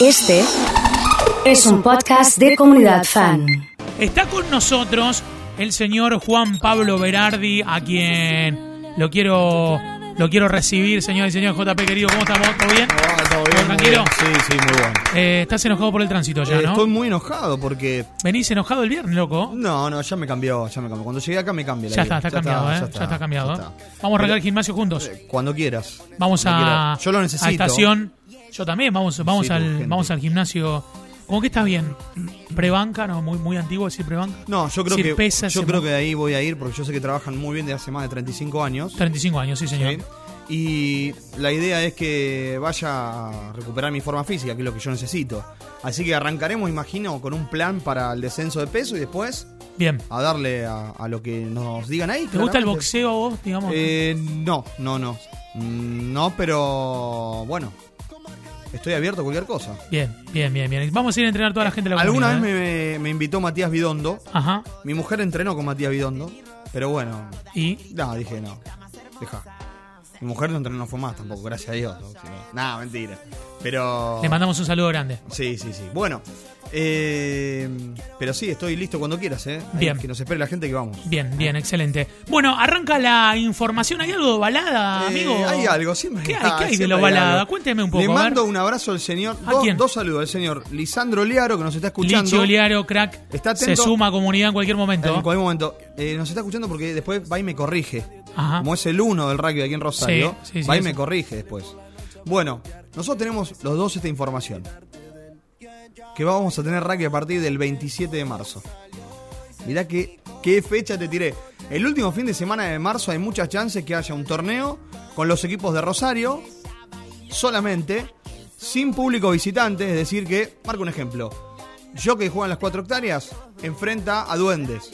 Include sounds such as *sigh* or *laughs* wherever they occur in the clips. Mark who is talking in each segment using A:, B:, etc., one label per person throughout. A: Este es un podcast de comunidad fan.
B: Está con nosotros el señor Juan Pablo Berardi, a quien lo quiero, lo quiero recibir, señor y señor JP querido. ¿Cómo estamos? ¿Todo bien?
C: Ah, todo bien, muy
B: Tranquilo.
C: bien. Sí, sí, muy bueno.
B: Eh, estás enojado por el tránsito ya,
C: Eh,
B: ¿no?
C: Estoy muy enojado porque.
B: Venís enojado el viernes, loco.
C: No, no, ya me cambió, ya me cambió. Cuando llegué acá me cambia la
B: Ya
C: vida.
B: está, está cambiado, ¿eh? Ya está cambiado. ¿eh? Vamos a arreglar el gimnasio juntos.
C: Eh, Cuando quieras.
B: Vamos
C: Cuando
B: a,
C: quieras. Yo lo necesito.
B: a estación. Yo también, vamos, vamos,
C: Necesito
B: al,
C: urgente.
B: vamos al gimnasio. ¿Cómo que estás bien? ¿Prebanca? No, muy, muy antiguo decir prebanca.
C: No, yo creo
B: Decir
C: que.
B: pesa,
C: yo
B: se
C: creo
B: mo-
C: que de ahí voy a ir porque yo sé que trabajan muy bien desde hace más de 35 años.
B: 35 años, sí, señor.
C: ¿sí? Y la idea es que vaya a recuperar mi forma física, que es lo que yo necesito. Así que arrancaremos, imagino, con un plan para el descenso de peso y después
B: Bien.
C: a darle a, a lo que nos digan ahí.
B: ¿Te gusta el
C: claramente.
B: boxeo a vos, digamos?
C: Eh, no, no, no. Mm, No, pero bueno. Estoy abierto a cualquier cosa.
B: Bien, bien, bien, bien. Vamos a ir a entrenar toda la gente de la
C: Alguna vez
B: comunidad, ¿eh?
C: me, me invitó Matías Bidondo.
B: Ajá.
C: Mi mujer entrenó con Matías Bidondo. Pero bueno,
B: Y
C: no, dije no. Deja. Mi mujer no entrenó fue más tampoco, gracias a Dios. ¿no? Si no- Nada, mentira. Pero.
B: le mandamos un saludo grande.
C: Sí, sí, sí. Bueno. eh, pero sí, estoy listo cuando quieras, ¿eh? Ahí
B: Bien.
C: Que nos espere la gente que vamos.
B: Bien, bien, excelente. Bueno, arranca la información. ¿Hay algo de balada,
C: Eh,
B: amigo?
C: hay algo, siempre
B: ¿Qué hay,
C: está,
B: ¿Qué hay de
C: siempre
B: la
C: hay
B: balada?
C: algo.
B: Cuénteme un poco.
C: Le
B: a ver.
C: mando un abrazo al señor.
B: ¿A
C: dos,
B: quién?
C: dos saludos al señor Lisandro Liaro, que nos está escuchando.
B: Lichi Oliaro, crack.
C: Está
B: se
C: atento.
B: suma a comunidad en cualquier momento.
C: En cualquier momento. Eh, nos está escuchando porque después va y me corrige.
B: Ajá.
C: Como es el uno del rugby aquí en Rosario,
B: Sí, sí,
C: va
B: sí,
C: y me
B: sí.
C: corrige después. Bueno, nosotros tenemos los dos esta información. Que vamos a tener rugby a partir del 27 de marzo. Mirá que, qué fecha te tiré. El último fin de semana de marzo hay muchas chances que haya un torneo con los equipos de Rosario solamente, sin público visitante. Es decir, que, marco un ejemplo, yo que juega en las 4 hectáreas enfrenta a duendes.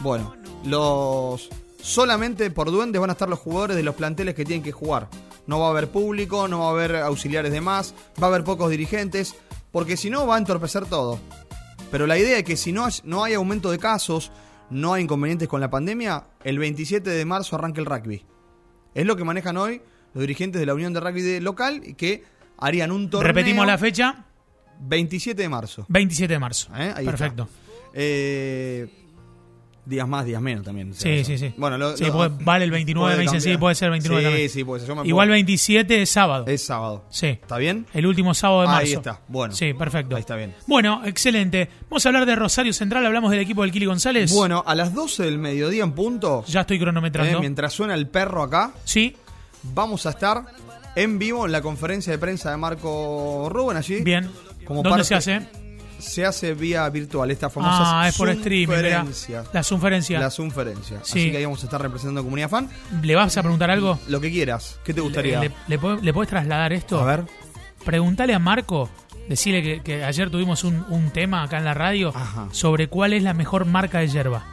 C: Bueno, los solamente por duendes van a estar los jugadores de los planteles que tienen que jugar. No va a haber público, no va a haber auxiliares de más, va a haber pocos dirigentes, porque si no va a entorpecer todo. Pero la idea es que si no hay, no hay aumento de casos, no hay inconvenientes con la pandemia, el 27 de marzo arranca el rugby. Es lo que manejan hoy los dirigentes de la Unión de Rugby de local y que harían un torneo
B: Repetimos la fecha:
C: 27 de marzo.
B: 27 de marzo.
C: ¿Eh? Ahí
B: Perfecto.
C: está. Eh, días más, días menos también.
B: Sí, sí, sí.
C: Bueno, lo-
B: Sí,
C: lo-
B: puede- vale el 29, me dicen,
C: cambiar.
B: sí, puede ser 29
C: Sí,
B: también.
C: sí, puede ser. Yo me
B: Igual
C: puedo-
B: 27 es sábado.
C: Es sábado.
B: Sí.
C: ¿Está bien?
B: El último sábado de marzo.
C: Ahí está, bueno.
B: Sí, perfecto.
C: Ahí está bien.
B: Bueno, excelente. Vamos a hablar de Rosario Central, hablamos del equipo del Kili González.
C: Bueno, a las 12 del mediodía en punto,
B: Ya estoy
C: eh,
B: cronometrando.
C: mientras suena el perro acá,
B: sí,
C: vamos a estar en vivo en la conferencia de prensa de Marco Rubén allí.
B: bien.
C: Como
B: ¿Dónde
C: parte-
B: se hace?
C: Se hace vía virtual, esta famosa
B: Ah, es por streaming. mirá.
C: Zoomferencia.
B: La conferencia.
C: La Zoomferencia.
B: Sí.
C: Así que ahí vamos a estar representando comunidad fan.
B: ¿Le vas a preguntar algo? Eh,
C: Lo que quieras. ¿Qué te gustaría?
B: ¿Le, le, le po- le podés trasladar esto?
C: A ver.
B: Preguntale a Marco, decirle que, que ayer tuvimos un, un tema acá en la radio
C: Ajá.
B: sobre cuál es la mejor marca de yerba.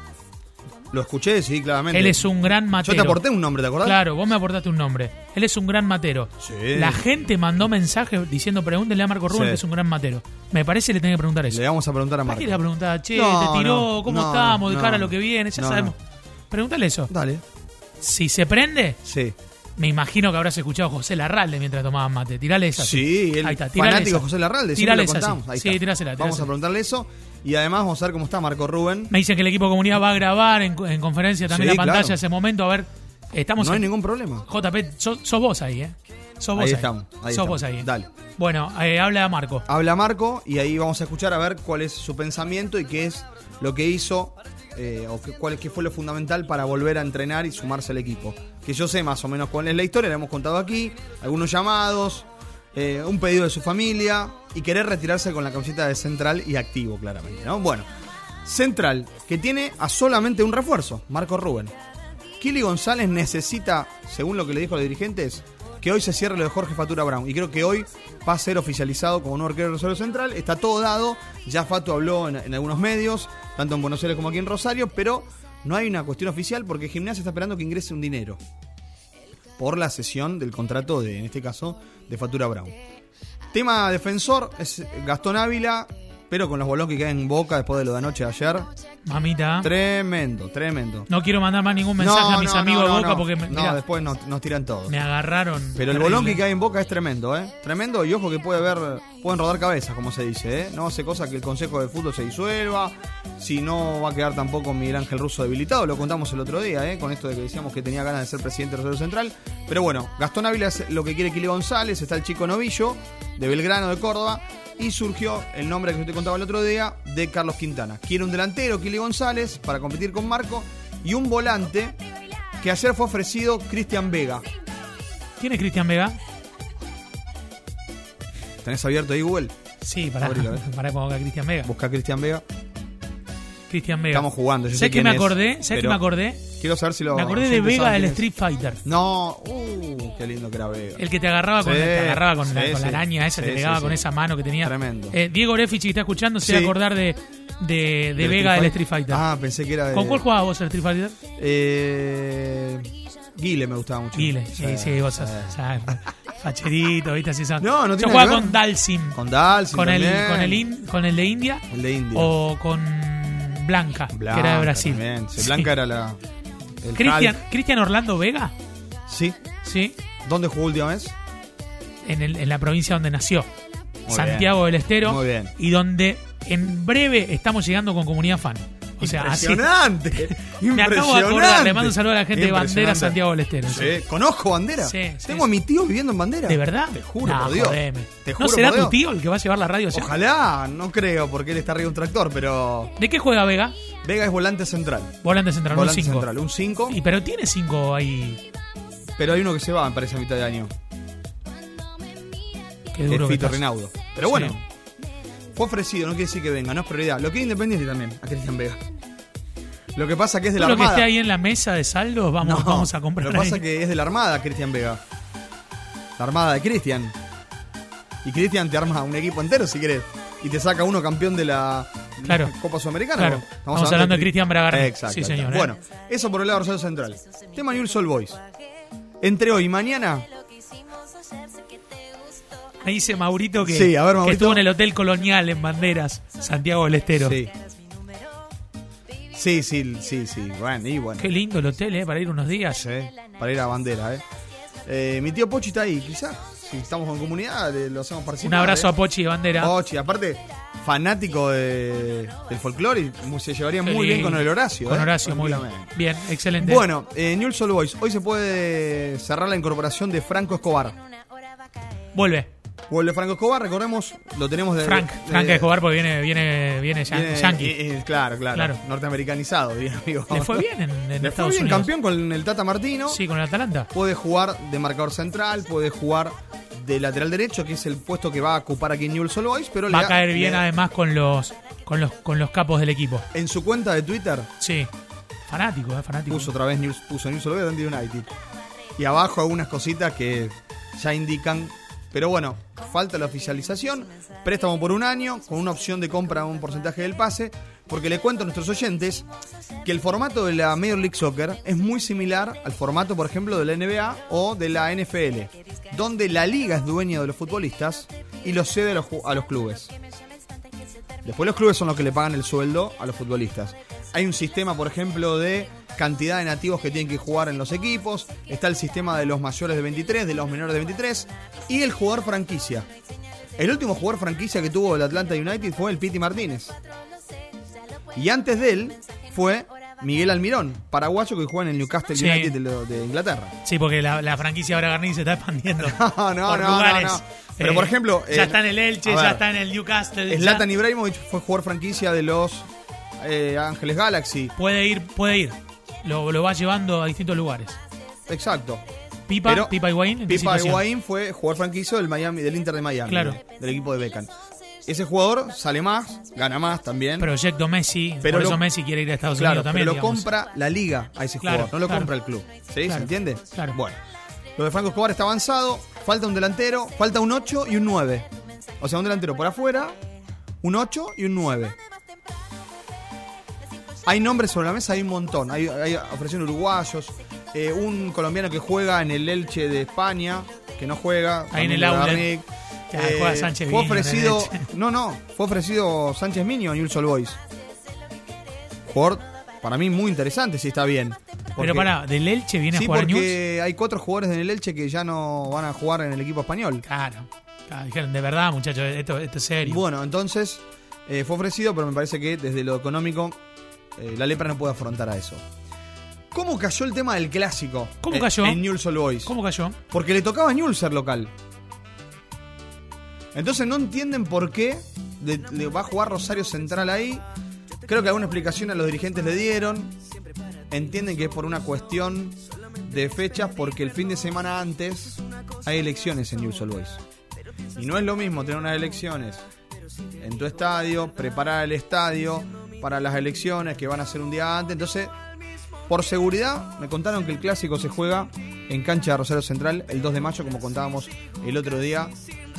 C: Lo escuché, sí, claramente.
B: Él es un gran
C: Yo
B: matero.
C: te aporté un nombre, ¿te acordás?
B: Ah, Claro, vos me aportaste un nombre. Él es un gran matero.
C: Sí.
B: La gente mandó mensajes diciendo pregúntenle a Marco Rubén
C: Sí.
B: que es un gran matero. Me parece que le tenés que preguntar eso.
C: Le vamos a preguntar a
B: ¿Para
C: Marco.
B: qué le preguntar? Che,
C: No,
B: te tiró,
C: no,
B: ¿cómo
C: no,
B: estamos? De
C: no.
B: cara a lo que viene, ya
C: No,
B: sabemos. Pregúntale eso.
C: Dale.
B: Si se prende,
C: Sí.
B: me imagino que habrás escuchado a José Larralde mientras tomaban mate. Tirale esa.
C: Sí, el
B: Ahí está, tirale
C: fanático
B: esa.
C: José Larralde. siempre
B: Tirale
C: lo
B: esa, sí.
C: contamos. Ahí
B: Sí,
C: está.
B: tirásela,
C: Vamos
B: tirásela.
C: a preguntarle eso. Y además vamos a ver cómo está Marco Rubén.
B: Me dicen que el equipo de comunidad va a grabar en, en conferencia también
C: Sí,
B: la pantalla
C: claro.
B: ese momento. A ver, estamos
C: No hay
B: en-
C: ningún problema.
B: JP, sos, sos vos ahí, ¿eh? Sos vos
C: Ahí estamos, ahí
B: sos
C: estamos.
B: vos ahí.
C: Dale.
B: Bueno, eh, habla Marco.
C: Habla Marco y ahí vamos a escuchar a ver cuál es su pensamiento y qué es lo que hizo eh, o qué, cuál qué fue lo fundamental para volver a entrenar y sumarse al equipo. Que yo sé más o menos cuál es la historia, la hemos contado aquí, algunos llamados, eh, un pedido de su familia y querer retirarse con la camiseta de central y activo claramente, ¿no? Bueno, central que tiene a solamente un refuerzo, Marco Rubén. Kili González necesita, según lo que le dijo a los dirigentes, que hoy se cierre lo de Jorge Fatura Brown. Y creo que hoy va a ser oficializado como nuevo arquero de Rosario Central. Está todo dado. Ya Fatu habló en, en algunos medios, tanto en Buenos Aires como aquí en Rosario, pero no hay una cuestión oficial porque Gimnasia está esperando que ingrese un dinero por la cesión del contrato de, en este caso, de Fatura Brown. Tema
B: Ah.
C: defensor es Gastón Ávila, pero con los bolones que caen en boca después de lo de anoche de ayer,
B: Mamita.
C: Tremendo, tremendo.
B: No quiero mandar más ningún mensaje
C: No,
B: a mis
C: no,
B: amigos
C: no,
B: de
C: no,
B: Boca
C: no.
B: porque me,
C: No,
B: mirá,
C: después nos, nos tiran todos.
B: me agarraron.
C: Pero el
B: terrible.
C: bolón que cae en boca es tremendo, ¿eh? Tremendo y ojo que puede ver, pueden rodar cabezas, como se dice, ¿eh? No hace cosa que el Consejo de Fútbol se disuelva, si no va a quedar tampoco Miguel Ángel Russo debilitado, lo contamos el otro día, ¿eh? Con esto de que decíamos que tenía ganas de ser presidente del Reserva Central. Pero bueno, Gastón Ávila es lo que quiere Kili González, está el chico Novillo, de Belgrano, de Córdoba, y surgió el nombre que yo te contaba el otro día, de Carlos Quintana. Quiere un delantero, Kili González, para competir con Marco, y un volante que ayer fue ofrecido Cristian Vega.
B: ¿Quién es Cristian Vega?
C: ¿Tenés abierto ahí Google?
B: Sí, para
C: Abrilo,
B: *laughs*
C: eh.
B: para pongo Cristian Vega.
C: Busca a Cristian Vega.
B: Cristian Vega.
C: Estamos jugando, yo sé
B: ¿Sabes que
C: quién
B: me
C: es,
B: acordé? ¿Sabes que
C: pero-
B: me acordé?
C: Quiero saber si lo.
B: Me acordé
C: si
B: de
C: ustedes
B: Vega
C: saben
B: del
C: quién
B: Street Fighter.
C: es. No, uh, qué lindo que era Vega.
B: El que te agarraba con,
C: Sí,
B: te agarraba con, la,
C: sí,
B: con la
C: sí.
B: araña esa,
C: Sí,
B: te
C: sí,
B: pegaba
C: sí.
B: con esa mano que tenía.
C: Tremendo.
B: Eh, Diego Orefici, que está escuchando, se va a
C: Sí.
B: acordar de, de, de
C: ¿Del
B: Vega del
C: Fight-
B: Street Fighter.
C: Ah, pensé que era de.
B: ¿Con cuál jugabas vos el Street Fighter?
C: Eh. Guile me gustaba mucho. Eh,
B: Guile. Sí, sí, vos sos, sabes, facherito, ¿viste? Así son.
C: No, no
B: Yo
C: tiene
B: jugaba
C: que ver.
B: con Dalsim.
C: Con Dalsin.
B: con el,
C: también.
B: con, el in- con el de India
C: El de India.
B: o con Blanca,
C: Blanca
B: que era de Brasil.
C: también. Sí,
B: Sí.
C: Blanca era la. el
B: Cristian,
C: Hulk.
B: Cristian Orlando Vega,
C: Sí.
B: ¿sí?
C: ¿Dónde jugó última vez?
B: En, el- en la provincia donde nació,
C: bien.
B: Santiago del Estero,
C: Muy bien.
B: y donde en breve estamos llegando con comunidad fan. O sea, así.
C: impresionante.
B: *laughs* Me acabo de acordar,
C: impresionante.
B: le mando un saludo a la gente de Bandera
C: Impresionante.
B: Santiago del Estero.
C: Sí, ¿Eh? conozco Bandera.
B: Sí, sí,
C: Tengo a
B: sí.
C: mi tío viviendo en Bandera.
B: ¿De verdad?
C: Te juro,
B: No,
C: por Dios.
B: jodeme.
C: Te
B: ¿No
C: juro
B: será
C: por
B: tu
C: Dios.
B: tío el que va a llevar la radio? allá?
C: Ojalá, no creo, porque él está arriba de un tractor, pero
B: ¿De qué juega Vega?
C: Vega es volante central.
B: Volante central, un
C: volante
B: 5.
C: central, un 5,
B: Y pero tiene 5 ahí.
C: pero hay uno que se va, me parece, a mitad de año.
B: Qué
C: Es
B: duro que
C: Fito
B: estás.
C: Renaudo. Pero
B: Sí.
C: bueno, fue ofrecido, no quiere decir que venga, no es prioridad. Lo que Independiente también, a Cristian Vega. Lo que pasa que es de la
B: Todo lo que
C: Armada.
B: esté ahí en la mesa de saldos, vamos,
C: No,
B: vamos a comprar.
C: Lo que pasa
B: ahí.
C: que es de la Armada, Cristian Vega. La Armada de Cristian. Y Cristian te arma un equipo entero si querés. Y te saca uno campeón de la
B: Claro.
C: Copa Sudamericana.
B: Claro.
C: Estamos,
B: Estamos hablando de Cristian Bragarni.
C: Exacto.
B: Sí,
C: exacto.
B: señor, ¿eh?
C: Bueno, eso por el lado de Rosario Central. Tema New Soul Boys. Entre hoy y mañana.
B: Me dice Maurito que,
C: Sí, a ver,
B: que
C: Maurito.
B: estuvo en el Hotel Colonial en Banderas, Santiago del Estero.
C: Sí. Sí, sí, sí, sí. Bueno, y bueno.
B: Qué lindo el hotel, ¿eh? Para ir unos días.
C: Eh, Para ir a bandera, eh. Eh, mi tío Pochi está ahí, quizás. Si estamos con comunidad, eh, lo hacemos participar.
B: Un abrazo
C: eh.
B: a Pochi de Bandera.
C: Pochi, aparte, fanático de- del folclore, y mu- se llevaría
B: Qué
C: muy bien
B: lindo.
C: con el Horacio.
B: Con
C: eh,
B: Horacio, muy bien.
C: tranquilamente.
B: Bien, excelente.
C: Bueno, eh, New Soul Boys, hoy se puede cerrar la incorporación de Franco Escobar.
B: Vuelve.
C: Vuelve Franco Escobar, recordemos, lo tenemos de.
B: Frank,
C: de-
B: Frank de jugar porque viene, viene, viene, yan-
C: eh, viene-
B: Yankee.
C: eh, eh, claro, claro,
B: Claro.
C: Norteamericanizado, *laughs* diría, amigo.
B: Le fue bien en, en
C: Le fue
B: Estados
C: bien,
B: Unidos.
C: campeón con el Tata Martino.
B: Sí, con el Atalanta.
C: Puede jugar de marcador central, puede jugar de lateral derecho, que es el puesto que va a ocupar aquí en Newell's Old Boys, pero le
B: Va a
C: da-
B: caer
C: le
B: bien
C: da-
B: además con los, con los, con los capos del equipo.
C: En su cuenta de Twitter
B: Sí. Fanático, ¿eh? Fanático.
C: puso otra vez News, puso News Old Boys Dundee United. Y abajo algunas cositas que ya indican. Pero bueno, falta la oficialización, préstamo por un año, con una opción de compra a un porcentaje del pase, porque le cuento a nuestros oyentes que el formato de la Major League Soccer es muy similar al formato, por ejemplo, de la NBA o de la NFL, donde la liga es dueña de los futbolistas y los cede a los, ju- a los clubes. Después los clubes son los que le pagan el sueldo a los futbolistas. Hay un sistema, por ejemplo, de cantidad de nativos que tienen que jugar en los equipos. Está el sistema de los mayores de 23, de los menores de 23. Y el jugador franquicia. El último jugador franquicia que tuvo el Atlanta United fue el Piti Martínez. Y antes de él fue Miguel Almirón, paraguayo que juega en el Newcastle
B: Sí.
C: United de, lo- de Inglaterra. *laughs*
B: Sí, porque la, la franquicia ahora Garnier se está expandiendo.
C: No, no,
B: por
C: no, no,
B: lugares.
C: no. Pero, por ejemplo, eh,
B: ya está en el Elche,
C: a ver.
B: ya está en el Newcastle. ya
C: Zlatan Ibrahimovic fue jugador franquicia de los eh, Ángeles Galaxy.
B: Puede ir, puede ir. Lo, lo va llevando a distintos lugares.
C: Exacto.
B: Pipa,
C: Pero
B: Pipa Higuaín. en qué
C: Pipa
B: situación?
C: Higuaín fue jugador franquicio del Miami, del Inter de Miami,
B: Claro.
C: de- del equipo de Beckham. Ese jugador sale más, gana más también.
B: Proyecto Messi.
C: Pero
B: por
C: lo-
B: eso Messi quiere ir a Estados
C: claro,
B: Unidos también.
C: pero lo
B: digamos.
C: compra la liga a ese
B: Claro,
C: jugador, no lo
B: claro.
C: compra el club. ¿Sí? ¿Se
B: Claro,
C: entiende?
B: claro.
C: Bueno. Lo de Franco Escobar está avanzado, falta un delantero, falta un 8 y un 9. O sea, un delantero por afuera, un 8 y un 9. Hay nombres sobre la mesa, hay un montón. Hay, hay ofrecieron uruguayos, eh, un colombiano que juega en el Elche de España, que no juega.
B: Ahí en
C: también
B: el
C: de
B: outlet.
C: Garnick.
B: Ya, juega Sánchez
C: fue
B: Miño en el
C: ofrecido,
B: Elche.
C: No, no, fue ofrecido Sánchez Miño en All Boys. jugador para mí muy interesante si está bien. Porque-
B: Pero pará, del Elche viene
C: Sí,
B: a jugar News.
C: porque hay cuatro jugadores en el Elche que ya no van a jugar en el equipo español.
B: Claro. Claro, dijeron, de verdad, muchachos, esto, esto es serio.
C: Bueno, entonces eh, fue ofrecido, pero me parece que desde lo económico eh, la lepra no puede afrontar a eso. ¿Cómo cayó el tema del clásico?
B: ¿Cómo
C: Eh,
B: cayó?
C: En Newell's Old Boys.
B: ¿Cómo cayó?
C: Porque le tocaba a Newell's ser local. Entonces no entienden por qué de- de- va a jugar Rosario Central ahí. Creo que alguna explicación a los dirigentes le dieron. Entienden que es por una cuestión de fechas porque el fin de semana antes hay elecciones en Newell's Old Boys. Y no es lo mismo tener unas elecciones en tu estadio, preparar el estadio para las elecciones que van a ser un día antes. Entonces, por seguridad, me contaron que el clásico se juega en cancha de Rosario Central el 2 de mayo, como contábamos el otro día,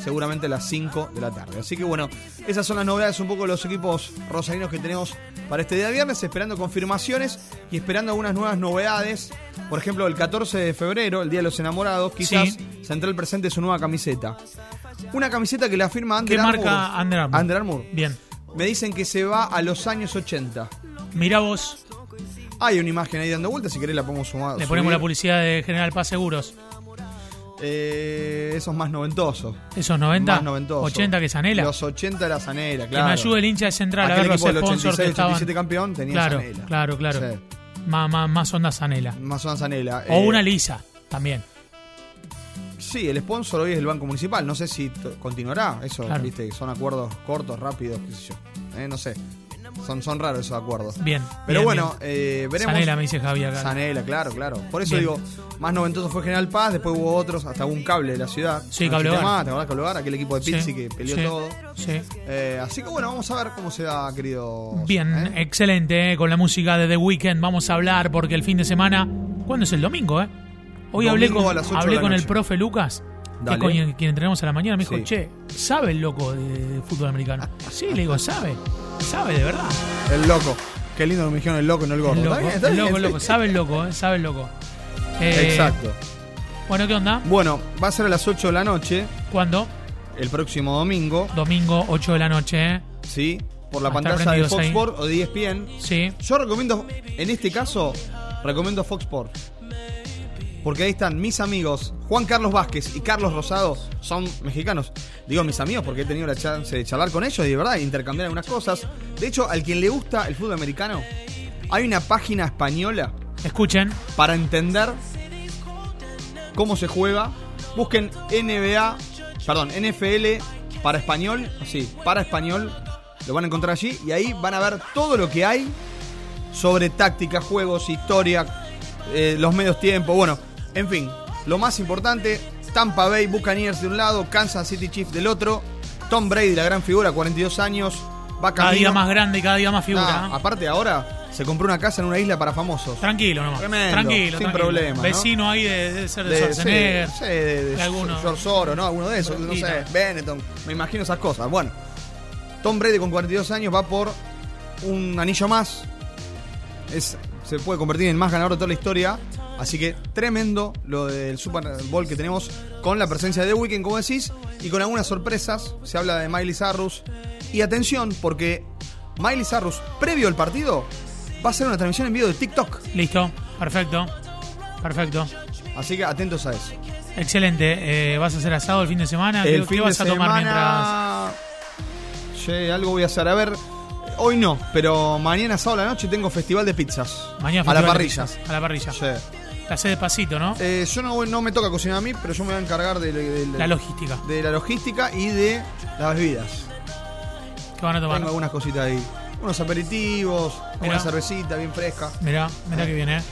C: seguramente a las 5 de la tarde. Así que bueno, esas son las novedades un poco de los equipos rosarinos que tenemos para este día viernes, esperando confirmaciones y esperando algunas nuevas novedades. Por ejemplo, el 14 de febrero, el Día de los Enamorados, quizás Central presente su nueva camiseta. Una camiseta que la firma Under
B: ¿Qué
C: Armour.
B: marca Under Armour?
C: Under Armour.
B: Bien.
C: Me dicen que se va a los años 80.
B: Mirá vos,
C: Hay una imagen ahí dando vueltas, si querés la podemos sumar.
B: le ponemos
C: subir.
B: la publicidad de General Paz Seguros.
C: Eh, esos más noventosos.
B: Esos 90,
C: Más noventosos.
B: 80 que se anhela.
C: Los 80 de la Zanela,
B: que
C: claro.
B: me ayude el hincha de Central a
C: Aquel
B: ver los
C: equipo del
B: sponsors que
C: 86,
B: estaban.
C: 87 campeón tenía
B: claro,
C: Zanela.
B: claro, claro,
C: Sí,
B: Má- má- Más onda Sanela.
C: más una Zanela.
B: O
C: Eh,
B: una lisa también.
C: Sí, el sponsor hoy es el Banco Municipal. No sé si t- continuará. Eso,
B: Claro.
C: viste, son acuerdos cortos, rápidos, qué sé yo. Eh, no sé. Son, son raros esos acuerdos.
B: Bien.
C: Pero
B: bien,
C: bueno,
B: bien.
C: eh, veremos.
B: Zanela, me dice Javier. acá.
C: Sanela, claro, claro. Por eso
B: Bien.
C: digo, más noventoso fue General Paz, después hubo otros, hasta hubo un cable de la ciudad.
B: Sí,
C: No
B: Cable Hogar.
C: existe más, ¿Te acordás Cable Hogar? Aquel equipo de
B: Sí,
C: Pizzi que peleó
B: sí,
C: todo.
B: sí.
C: Eh, así que bueno, vamos a ver cómo se da, querido.
B: Bien, excelente. eh, Con la música de The Weeknd vamos a hablar porque el fin de semana. ¿Cuándo es el domingo, eh? Hoy hablé
C: Domingo
B: con,
C: a las ocho
B: hablé
C: de la
B: con el
C: noche.
B: profe Lucas, que es
C: Dale.
B: con quien, quien entrenamos a la mañana. Me dijo,
C: Sí.
B: che, ¿sabe el loco de, de fútbol
C: *laughs*
B: americano? sí, le digo, sabe. Sabe de verdad.
C: ¿eh? El loco. Qué lindo que me dijeron el loco, no el gordo.
B: El loco,
C: Está bien, está
B: el
C: bien,
B: loco,
C: está
B: loco.
C: bien.
B: Sabe el loco, eh, sabe el loco. Eh,
C: Exacto.
B: Bueno, ¿qué onda?
C: Bueno, va a ser a las 8 de la noche,
B: ¿Cuándo?
C: el próximo domingo,
B: Domingo, 8 de la noche. eh.
C: ¿sí? Por la
B: Va a estar
C: pantalla de
B: prendidos
C: Fox
B: ahí.
C: Sports o de E ESPN.
B: Sí.
C: Yo recomiendo, en este caso, recomiendo Fox Sports. Porque ahí están mis amigos, Juan Carlos Vázquez y Carlos Rosado, son mexicanos. Digo mis amigos porque he tenido la chance de charlar con ellos y de verdad intercambiar algunas cosas. De hecho, al quien le gusta el fútbol americano, hay una página española
B: Escuchen.
C: para entender cómo se juega. Busquen NBA, perdón, NFL para español, sí, para español, lo van a encontrar allí y ahí van a ver todo lo que hay sobre táctica, juegos, historia, eh, los medios tiempo, bueno, en fin, lo más importante, Tampa Bay Buccaneers de un lado, Kansas City Chiefs del otro, Tom Brady, la gran figura, 42 años, va
B: Cada
C: camino-
B: día más grande y cada día más figura.
C: Ah,
B: ¿eh?
C: aparte ahora se compró una casa en una isla para famosos.
B: Tranquilo nomás.
C: Tremendo,
B: tranquilo,
C: sin
B: tranquilo.
C: problema, ¿no?
B: Vecino ahí de, de ser de,
C: de, sí,
B: Schwarzenegger.
C: sí, de, de
B: de alguno.
C: George Soros, ¿no? Alguno de esos, no sé,
B: Bronquita.
C: Benetton, me imagino esas cosas. Bueno, Tom Brady con 42 años va por un anillo más. Es, se puede convertir en el más ganador de toda la historia. Así que tremendo lo del Super Bowl que tenemos con la presencia de The Weeknd, como decís, y con algunas sorpresas. Se habla de Miley Cyrus. Y atención, porque Miley Cyrus, previo al partido, va a hacer una transmisión en vivo de TikTok.
B: Listo, perfecto. Perfecto.
C: Así que atentos a eso.
B: Excelente. Eh, ¿Vas a hacer asado el fin de semana? ¿Qué-
C: El
B: Ah, ¿Qué,
C: fin
B: vas
C: de
B: a tomar mientras.?
C: semana... Che, algo voy a hacer. A ver, hoy no, pero mañana sábado a la noche tengo festival de pizzas.
B: Mañana
C: a la
B: festival de
C: parrilla.
B: pizzas, A la parrilla.
C: Sí.
B: La haces despacito, ¿no?
C: Eh, yo no, voy- no me toca cocinar a mí, pero yo me voy a encargar de, de- de-
B: La logística.
C: de la logística y de las bebidas.
B: ¿Qué van a tomar?
C: Tengo algunas cositas ahí. Unos aperitivos,
B: Mirá.
C: una cervecita bien fresca.
B: Mirá, mirá que viene. ¿eh?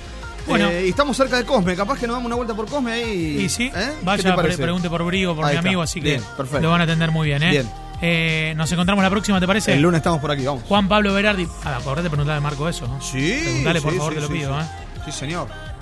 B: Bueno,
C: Eh, y estamos cerca de Cosme, capaz que nos damos una vuelta por Cosme ahí.
B: y sí,
C: ¿Eh? ¿Qué te
B: vaya, pre-
C: parece?
B: pregunte por Brigo, por
C: Ahí
B: mi
C: está.
B: amigo, así que
C: Bien, perfecto.
B: lo van a atender muy bien, ¿eh?
C: Bien.
B: Eh, Nos encontramos la próxima, ¿te parece?
C: El lunes estamos por aquí, vamos.
B: Juan Pablo Berardi. Ah, acordate de preguntarle a Marco eso. ¿no?
C: Sí.
B: Preguntale, por
C: sí,
B: favor,
C: sí,
B: te lo
C: sí,
B: pido,
C: sí.
B: ¿eh?
C: Sí, señor.